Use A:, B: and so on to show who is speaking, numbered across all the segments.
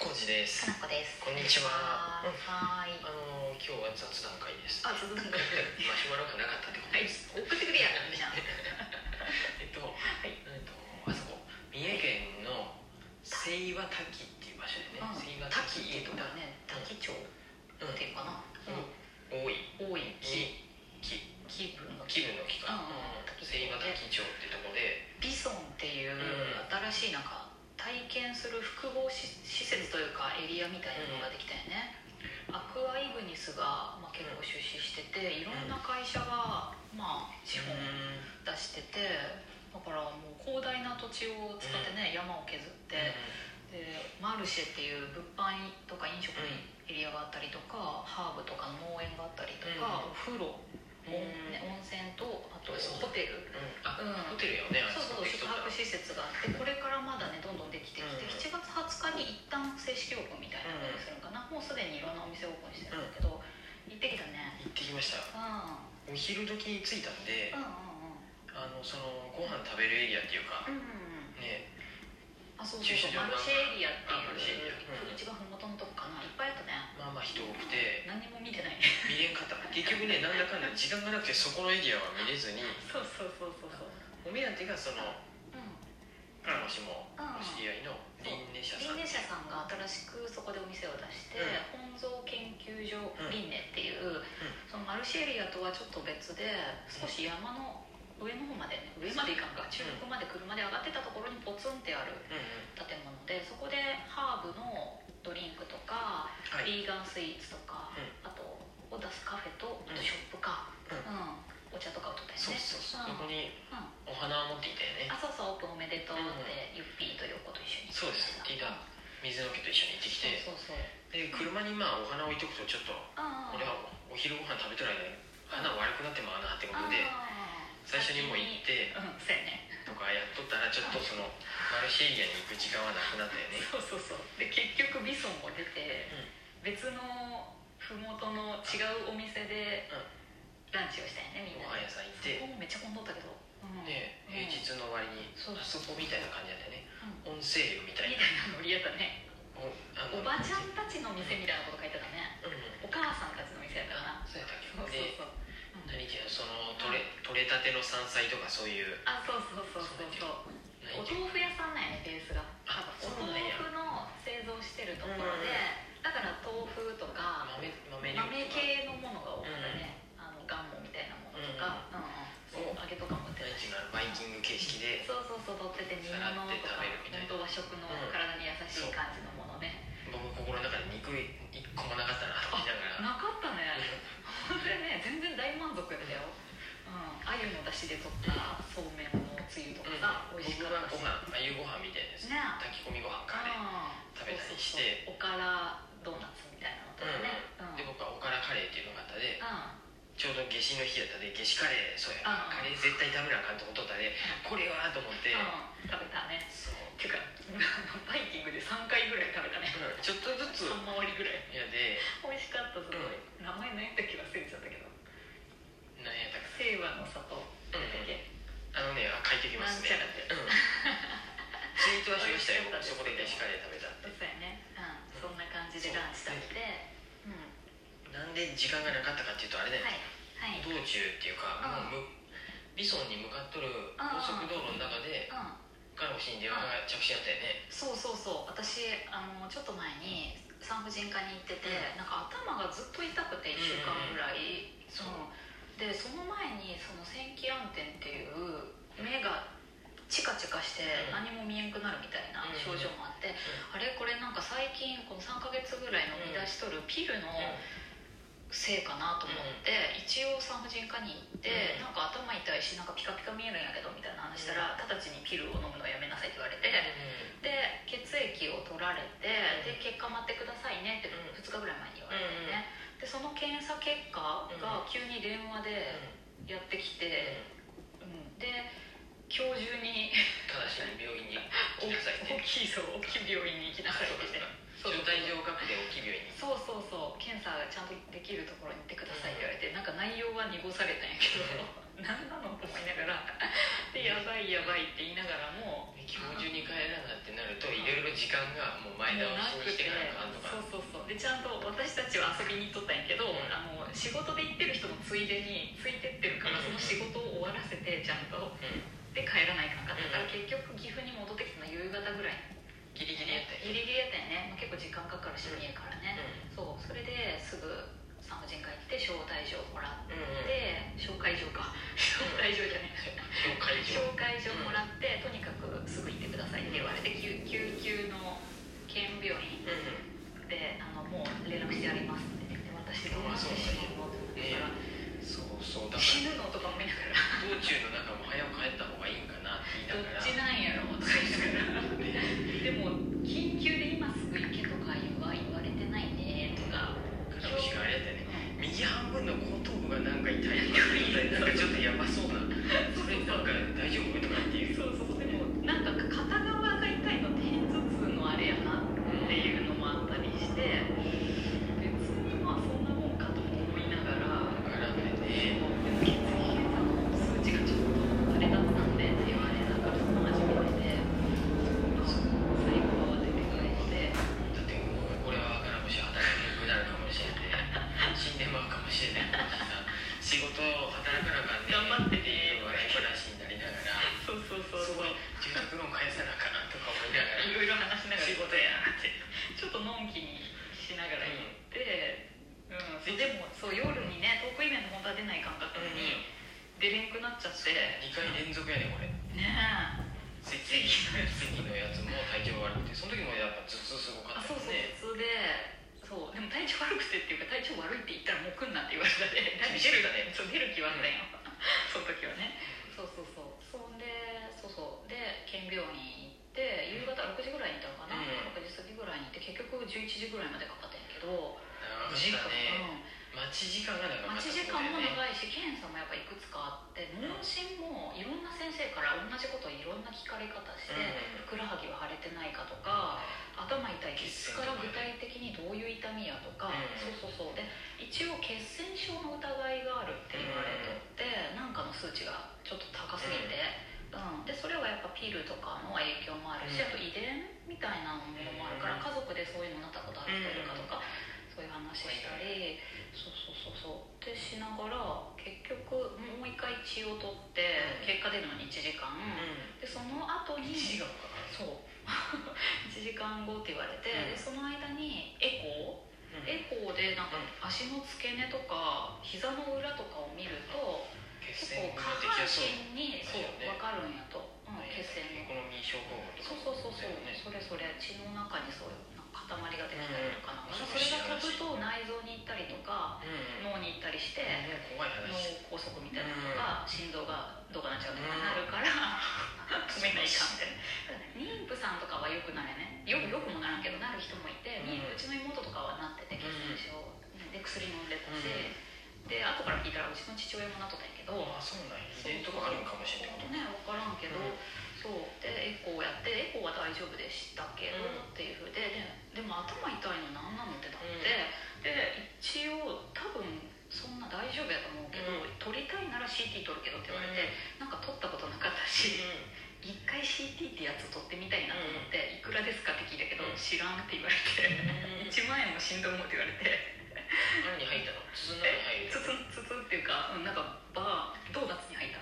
A: 王子です。
B: かなこです。
A: こんにちは
B: こんにちははーい
A: あ。の今日は雑談会です。
B: あ、続く。は
A: マシュマロがなかったってこと
B: い
A: です。。
B: 送ってくれやいいじゃん。
A: えっと、はい、えっと、あそこ、三重県の清和滝っていう場所でね。
B: うん
A: 清和
B: 滝って
A: 滝
B: いう
A: とか
B: のは、ね、滝町っ
A: うん、
B: ていうかな。うん。
A: 多い。
B: 多い木
A: 木、木、
B: 気分の
A: 気分の木か。
B: うん
A: うん清和滝町ってとこで、
B: ビソンっていう新しいなんか体験する複合し施設というかエリアみたいなのができたよね、アクアイグニスが、まあ、結構出資してていろんな会社が、まあ、資本
A: うん
B: 出しててだからもう広大な土地を使ってね、山を削って、でマルシェっていう物販とか飲食のエリアがあったりとか、ハーブとかの農園があったりとか、お風呂、
A: うん、
B: 温ね温泉とあと
A: そう
B: ホテル
A: うんあ、
B: うん
A: ホテルよね。あ
B: そうそう
A: そこ
B: 宿泊施設があってこれからまだねどんどんできてきて、
A: うん
B: 7月20日に一旦正式オープンみたいなことにするのかな、もうすでにいろんなお店オープンしてるんだけど、行ってきたね
A: 行ってきました。
B: うん
A: お昼時に着いたんで、
B: うん
A: あのそのご飯食べるエリアっていうか、
B: うんうんうんうん
A: ね、
B: あそうそう
A: 駐
B: そう
A: 車場
B: マルシェエリアって
A: あマルシェエ
B: い
A: リ
B: う
A: アうん
B: 一番ふもとのとこかないっぱいあったね
A: まあまあ人多くて
B: 何も見 てないね
A: 見れんかった。結局ね、なんだかんだ時間がなくてそこのエリアは見れずに、
B: そうそうそうそうそう
A: お目当てがその
B: うん
A: 彼女も
B: うん
A: お知り合いの輪廻社
B: リ
A: さ
B: ン
A: ん。
B: ネ社さんが新しくそこでお店を出して、本草研究所
A: ん
B: リンネっていう、そのマルシェエリアとはちょっと別で少し山の上の方までね上まで行かんか中腹まで車で上がってたところにポツンってある
A: うんうん。
B: 建物でそこでハーブのドリンクとか
A: はい。
B: ビーガンスイーツとか、
A: う
B: あとを出すカフェとあ
A: う
B: と
A: ん
B: ショップか、
A: う
B: うんんお茶とかを取ったり
A: そう
B: ね
A: そうそう。
B: うん
A: ここに
B: うん
A: お花を持っていたよね
B: あ。そうそうオープンおめでとうって、ユッピーとヨコと一緒に
A: そうです聞いた水野家と一緒に行ってきて、
B: そうそうそう
A: で車にまあお花置いとくとちょっと
B: ああ
A: 俺はお昼ご飯食べてる間に花悪くなってまうなってことで、最初にもう行っ
B: ってうん。そうやね
A: とかやっとったらちょっとそのマルシェエリアに行く時間はなくなったよね。
B: そうそうそうで結局ビソンも出て、別の麓の違うお店で
A: うん
B: ランチをしたよねみ
A: ご
B: んな
A: 飯屋
B: で
A: さん行って、
B: そこもめっちゃ混んどったけど、うん
A: ね
B: う
A: 平
B: ん
A: 日の割に
B: そ
A: あ
B: う
A: そこみたいな感じだったよね。
B: う
A: 音
B: ん
A: 声みたい
B: みたい
A: な。
B: なノリやったね
A: おあ
B: おばちゃんたちの店みたいなこと書いてたね
A: うんうん。
B: お母さんたちの店やったかな
A: そうやったっけ
B: そう
A: で
B: そうそううん
A: 何けその取れ取れたての山菜とかそういう
B: あそうそうそうそうそうお
A: 何ていう
B: 豆腐屋さんなんやねベースが
A: あそ
B: お
A: う
B: 豆
A: なんや
B: 腐の製造してるところで、だから豆腐とか
A: 豆豆
B: 豆
A: 料理とか。
B: 系のものが多かったね、あのガンモみたいなものとか、うん
A: うん
B: うん揚げとかも売って
A: 何
B: た
A: てい
B: し
A: うのバイキング形式で
B: そうそうそう取ってて煮
A: さら
B: 物
A: って
B: とか
A: 食べるみたいな
B: 本当和食の体に優しい感じのものね、
A: 僕心の中で肉一個もなかったなと思いながら。
B: なかったねほんでね全然大満足やったようん鮎の出汁で取ったそうめんのつゆとかさ、
A: うん、
B: 美味し
A: 僕
B: か
A: は
B: っ
A: ご
B: たし
A: 飯、まあ、夕ご飯みたいなやつ、
B: ね
A: 炊き込みご飯カレー、食べたりして
B: そうそうそうおからドーナツみたいなのとかね、うん
A: で
B: うん
A: 僕はおからカレーっていうのがあったで
B: あ
A: ちょうど夏至の日やったで夏至カレーそうや
B: うん
A: カレー絶対食べなあかんと思っとったでこれはと思って、
B: うん食べたね
A: そう、
B: ていうかバイキングで3回ぐらい食べたね
A: うんちょっとずつ
B: 3回りぐらい
A: やで
B: 美味しかったすごい、名前何やったっけ忘れちゃったけど
A: 何やったか
B: 清和の里だったっけ、
A: あのねあ書いてきますね
B: なんち
A: うんツイートはしましたよ
B: 美味し
A: そこ
B: かった
A: で
B: で
A: 夏至
B: す
A: カレー食べたって
B: そうやねうんそんな感じでランチ食べてうん
A: なんで時間がなかったかっていうとあれだよ、
B: はいはい
A: 道
B: うん
A: 中っていうか
B: うん
A: もうむビソンに向かっとる高速道路の中で彼女に電話が着信あったよね、
B: そうそうそう私あのちょっと前に産婦人科に行ってて、
A: う
B: なんか頭がずっと痛くて1週間ぐらい、そ
A: うん
B: のでその前にその線気暗転っていう目がチカチカし
A: うん
B: て何も見えんくなるみたいな
A: うん
B: 症状もあって、あれこれなんか最近この3ヶ月ぐらい飲み出しとるピルのせいかなと思って、一応産婦人科に行って、
A: うん
B: なんか頭痛いしなんかピカピカ見えるんやけどみたいな話したら、直ちにピルを飲むのやめなさいって言われて。で血液を取られて、で結果待ってくださいねって
A: うん
B: 2日ぐらい前に言われてね、でその検査結果が急に電話でやってきて、うんで今日中に
A: 正しい病院に行
B: 大
A: きなさいね
B: きいそう大きい病院に行きなさいって言って
A: 状態上学で起きき病院に
B: そうそうそう検査ちゃんとできるところに行ってくださいって言われてなんか内容は濁されたんやけど 何なのと思いながらでやばいやばいって言いながらも
A: で今日中に帰らなってなるといろいろ時間がもう前倒しにしてからかんとか
B: そうそうそうでちゃんと私たちは遊びに行っとったんやけど、
A: うん
B: あの仕事で行ってる人のついでについてってるからその仕事を終わらせてちゃんと
A: うん
B: で帰らないかんかったから
A: うん
B: 結局岐阜に戻ってきたのは夕方ぐらい
A: ギリギリやった
B: ギ
A: よ
B: リギリやったよね、まあ、結構時間かかるし見えからね、そうそれですぐ産婦人科行って招待状もらっ
A: うんうんうん
B: て紹介状か紹介状じゃない
A: 紹介状
B: 紹介状もらってとにかくすぐ行ってくださいって言われて救救急の県病院
A: うん
B: であのもう連絡してありますって言って私どうなってしまうのって言った
A: うんそうそうだか
B: ら死ぬのとか思いながら
A: ら道中の中も早く帰った方がいいんかなって言いな
B: ど
A: がら
B: っちなんやろとか言いながら
A: ね
B: でも緊急で今すぐ行けとかは言われてないねとか
A: 彼もしかあれやったよね右半分の後頭部がなんか痛いとかなんかちょっとやばそうなそれなんか大丈夫とかっていう
B: そうそうでもなんか片側が痛いのって片頭痛のあれやなっていうのもあったりして別にまあそんなもんかと思いながら
A: だから
B: で
A: ね
B: も血液検査の数値がちょっとあれだったんでって言われながらその初めてで最後は出てくれて
A: だってもうこれは分からんもし働けなくなるかもしれない死んでまうかもしれないしさ仕事を働かなあかんね
B: 頑張ってね
A: 笑い話になりながら
B: そうそう
A: す
B: そうそう
A: ごい住宅ローン返さなあかんとか思いながら
B: いろいろ話しながら
A: 仕事やーって
B: ちょっとのんきにしながら行って、うんそうでもそう夜にねトークイベント本当は出ないかんかったのに、出れんくなっちゃって
A: 2回連続やねこれ
B: ねえ
A: 関のやつも体調悪くてその時もやっぱ頭痛すごかっ
B: あ
A: た
B: そう
A: よね
B: そう普通でそうでも体調悪くてっていうか体調悪いって言ったらもう来んなって言われたで だいぶ出るそう出る気はあったんよ、その時はねそうそうそうそんでそうそうで県病院行って夕方6時ぐらいにいたのか
A: う
B: な、
A: ん
B: 6時過ぎぐらいに行って結局11時ぐらいまでかかったんやけど
A: 長かった
B: う
A: ね
B: ん
A: 待ち時間が長かった
B: 待ち時
A: とこ
B: 間
A: ろ
B: も
A: でね
B: 長いし検査もやっぱいくつかあって問診もいろんな先生から同じこといろんな聞かれ方し
A: う
B: て、
A: ん
B: ふくらはぎは腫れてないかとか頭痛い傷から具体的にどういう痛みやと
A: う
B: か、
A: ん
B: そうそうそうで一応血栓症の疑いがあるって言われとって、なんかの数値がちょっと高すぎて、うんでそれはやっぱピルとかの影響もあるし、
A: うん
B: あと遺伝みたいなものもあるから、家族でそういうのなったことある人いるかとか、そういう話したり、そうそうそうそうってしながら結局もう一回血を取って
A: うん
B: 結果出るのに1時間、
A: う
B: でその後
A: ん
B: に
A: 1時間かかる
B: そう 1時間後って言われて、
A: うん
B: でその間にエコー
A: うん
B: エコーでなんか
A: うん
B: 足の付け根とか膝の裏とかを見ると
A: 血
B: 結
A: 栓
B: 構
A: がで
B: 下半
A: きやすい
B: 身にそう
A: だよね
B: 分かるんやと、うん、血栓
A: エ
B: の。
A: コノミー症候群と
B: そ
A: か
B: うそうそうそう、
A: ね
B: それそれ血の中にそういうなんか塊が出てたりとかなんか、
A: うん
B: それが飛ぶと内臓に行ったりとか
A: うん
B: 脳に行ったりして、
A: 怖い
B: 脳
A: 話
B: 梗塞みたいなのが、心臓がどうかなっちゃうとかなるから、 止めないかんみたいな妊婦さんとかはよくなれねよくよくもならんけどなる人もいて、
A: うん
B: うちの妹とかはなってて血栓症で薬飲んでたし、
A: う
B: で後から聞いたらうちの父親もなっとったんやけど、
A: あそうなんや遺伝とかあるんかもしれない
B: ね分からんけど、
A: うん
B: そうでエコーやってエコーは大丈夫でしたけど、
A: うん
B: っていうふうでででも頭痛いの何なのってなって、
A: うん
B: で一応多分そんな大丈夫やと思うけど、
A: う
B: 取りたいなら CT 取るけどって言われて、なんか取ったことなかったし、一回 CT ってやつ取ってみたいなと思って、いくらですかって聞いたけど、
A: うん
B: 知らんって言われて、1万円も振動もって言われて。
A: 何に入ったの筒の中に入る
B: つつつつっていうか、うん、なんかバードーナツに入った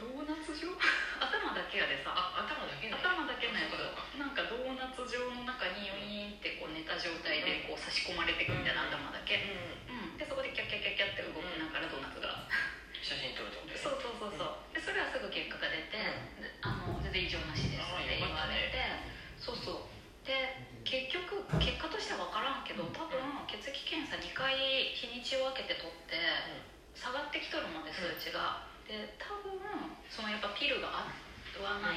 B: ドーナツ状 頭だけやでさ
A: あ頭だけな
B: 頭だけのやつ
A: そうか
B: なんかドーナツ状の中にヨイーンってこう寝た状態でこう差し込まれてくみたいな頭だけ、うん、でそこでキャッキャッキャッキャッって動きながらドーナツが、
A: 写真撮るってこと
B: そうそうそうそうでそれはすぐ結果が出て、
A: う
B: であの全然異常なしですって言われて、そうそうで結局結果としては分からんけど多分血液検査2回日にちを分けて取って、下がってきとるもんで数値が、で多分そのやっぱピルが合わない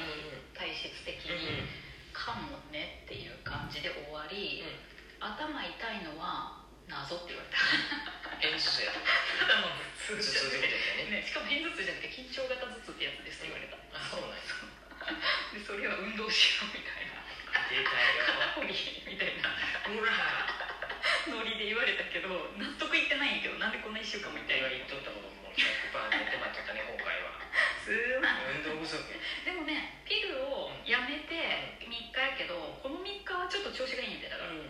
B: 体質的にかもねっていう感じで終わ
A: う
B: り、
A: ん
B: 頭痛いのは謎って 言われた
A: 円筒やった
B: ただの
A: 筒
B: 頭痛
A: ってこと
B: じゃなくて、
A: だよね
B: ね、しかも偏頭痛じゃなくて緊張型頭痛ってやつですって言われた、
A: あそうなんや
B: でそれは運動しようみたいな
A: 出たよ
B: 肩こりみたいな
A: ほら
B: ノリで言われたけど納得いってないんやけどなんでこんな1週間もいたんや
A: 俺は言っとったもんもう100%寝てまっとったね今回は
B: すーまん
A: 運動不足や
B: でもねピルをやめて3日やけどこの3日はちょっと調子がいいんやでだから
A: うん
B: うん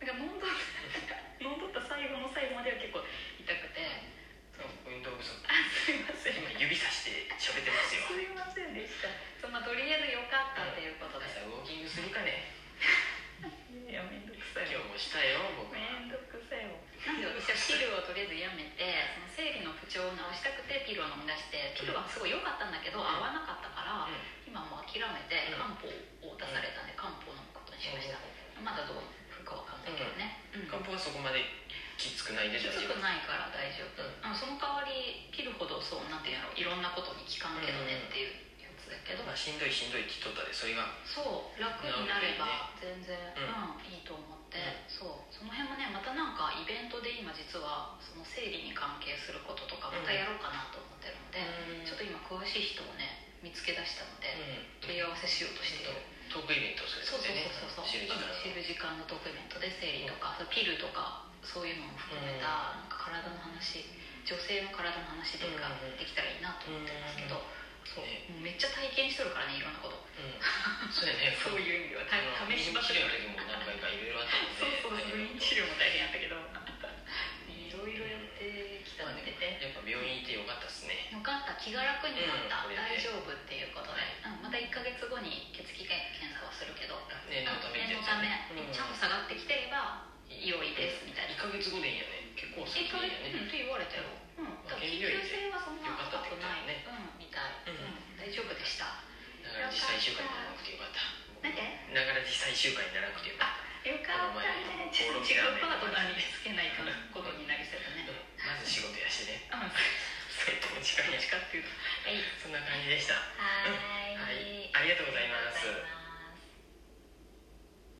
B: だから飲んどった飲んどった最後の最後までは結構痛くて
A: そう運動不足
B: あすいません
A: 今指さして喋ってます
B: す
A: よ
B: いませんでしたそうまあとりあえず良かったっていうことで
A: 朝ウォーキングするかね
B: いやめんどくさ
A: 今日
B: い
A: もしたよ僕
B: めんどくさいよなんで私はピルをとりあえずやめてその生理の不調を治したくてピルを飲み出してピルはすごい良かったんだけど
A: うん
B: 合わなかったから
A: うん
B: 今もう諦めて
A: うん
B: 漢方を出されたんで漢方を飲むことにしましたまだどうするかわかんないけどねうん
A: 漢方はそこまできつくないで
B: き
A: しょ
B: つくないから大丈夫、
A: う
B: うん、その代わりピルほどそうなんていうのいろんなことに効かんけどねっていうやつだけど、
A: まあしんどいしんどいって言っとったでそれが
B: そう楽になれば全然、
A: う
B: うんいいと思って、そうその辺もねまたなんかイベントで今実はその生理に関係することとかまたやろうかなと思ってるの
A: うん
B: で、ちょっと今詳しい人をね見つけ出したので、
A: うん
B: 問い合わせしようとしている、
A: トークイベントをする
B: そ
A: ん
B: う
A: で
B: そ
A: ね
B: うそうそうそう
A: 知る時間の
B: 知る時間の特イベントで生理とか、ピルとかそういうのも含めた、なんか体の話女性の体の話とか
A: うんうん
B: できたらいいなと思ってますけど、そう
A: ね
B: もうめっちゃ体験しとるからねいろんなこと
A: うんそうやね
B: そういう 意味ではた
A: あの
B: 試し場所
A: 入院治療の時も何回かいろいろあったもん
B: そう
A: ね
B: そう入院治療も大変やったけどいろいろやってきた
A: まあ
B: の
A: で
B: で
A: も
B: ね
A: やっぱ病院行ってよかったっすね
B: よかった気が楽になった、
A: うん
B: 大丈夫っていうことで、うん、また1か月後に血液検査をするけど
A: 念のためってや
B: 念の
A: つ
B: ため
A: うん
B: ちゃんと下がってきてれば良いですみた
A: 1
B: い
A: ヶ
B: な
A: 月後でいいんやね結構先
B: 1
A: で
B: か
A: いいんやね
B: 月うんって言われたよ、うん、だから緊急性はそんな高くない、うん、みたい、うん、大丈夫でした
A: だから実際1週間にならなくてよかった
B: なんて
A: だから実際1週間にならなくてよかった
B: よかったねちょっと違うパートナーにつけないとことになりそうだね
A: うんまず仕事やしね
B: うん
A: そうやっても時間
B: ど
A: や
B: っ
A: し
B: ちかっていうとはい
A: そんな感じでした
B: はーい
A: はいありがとうございます
B: ありがとうございます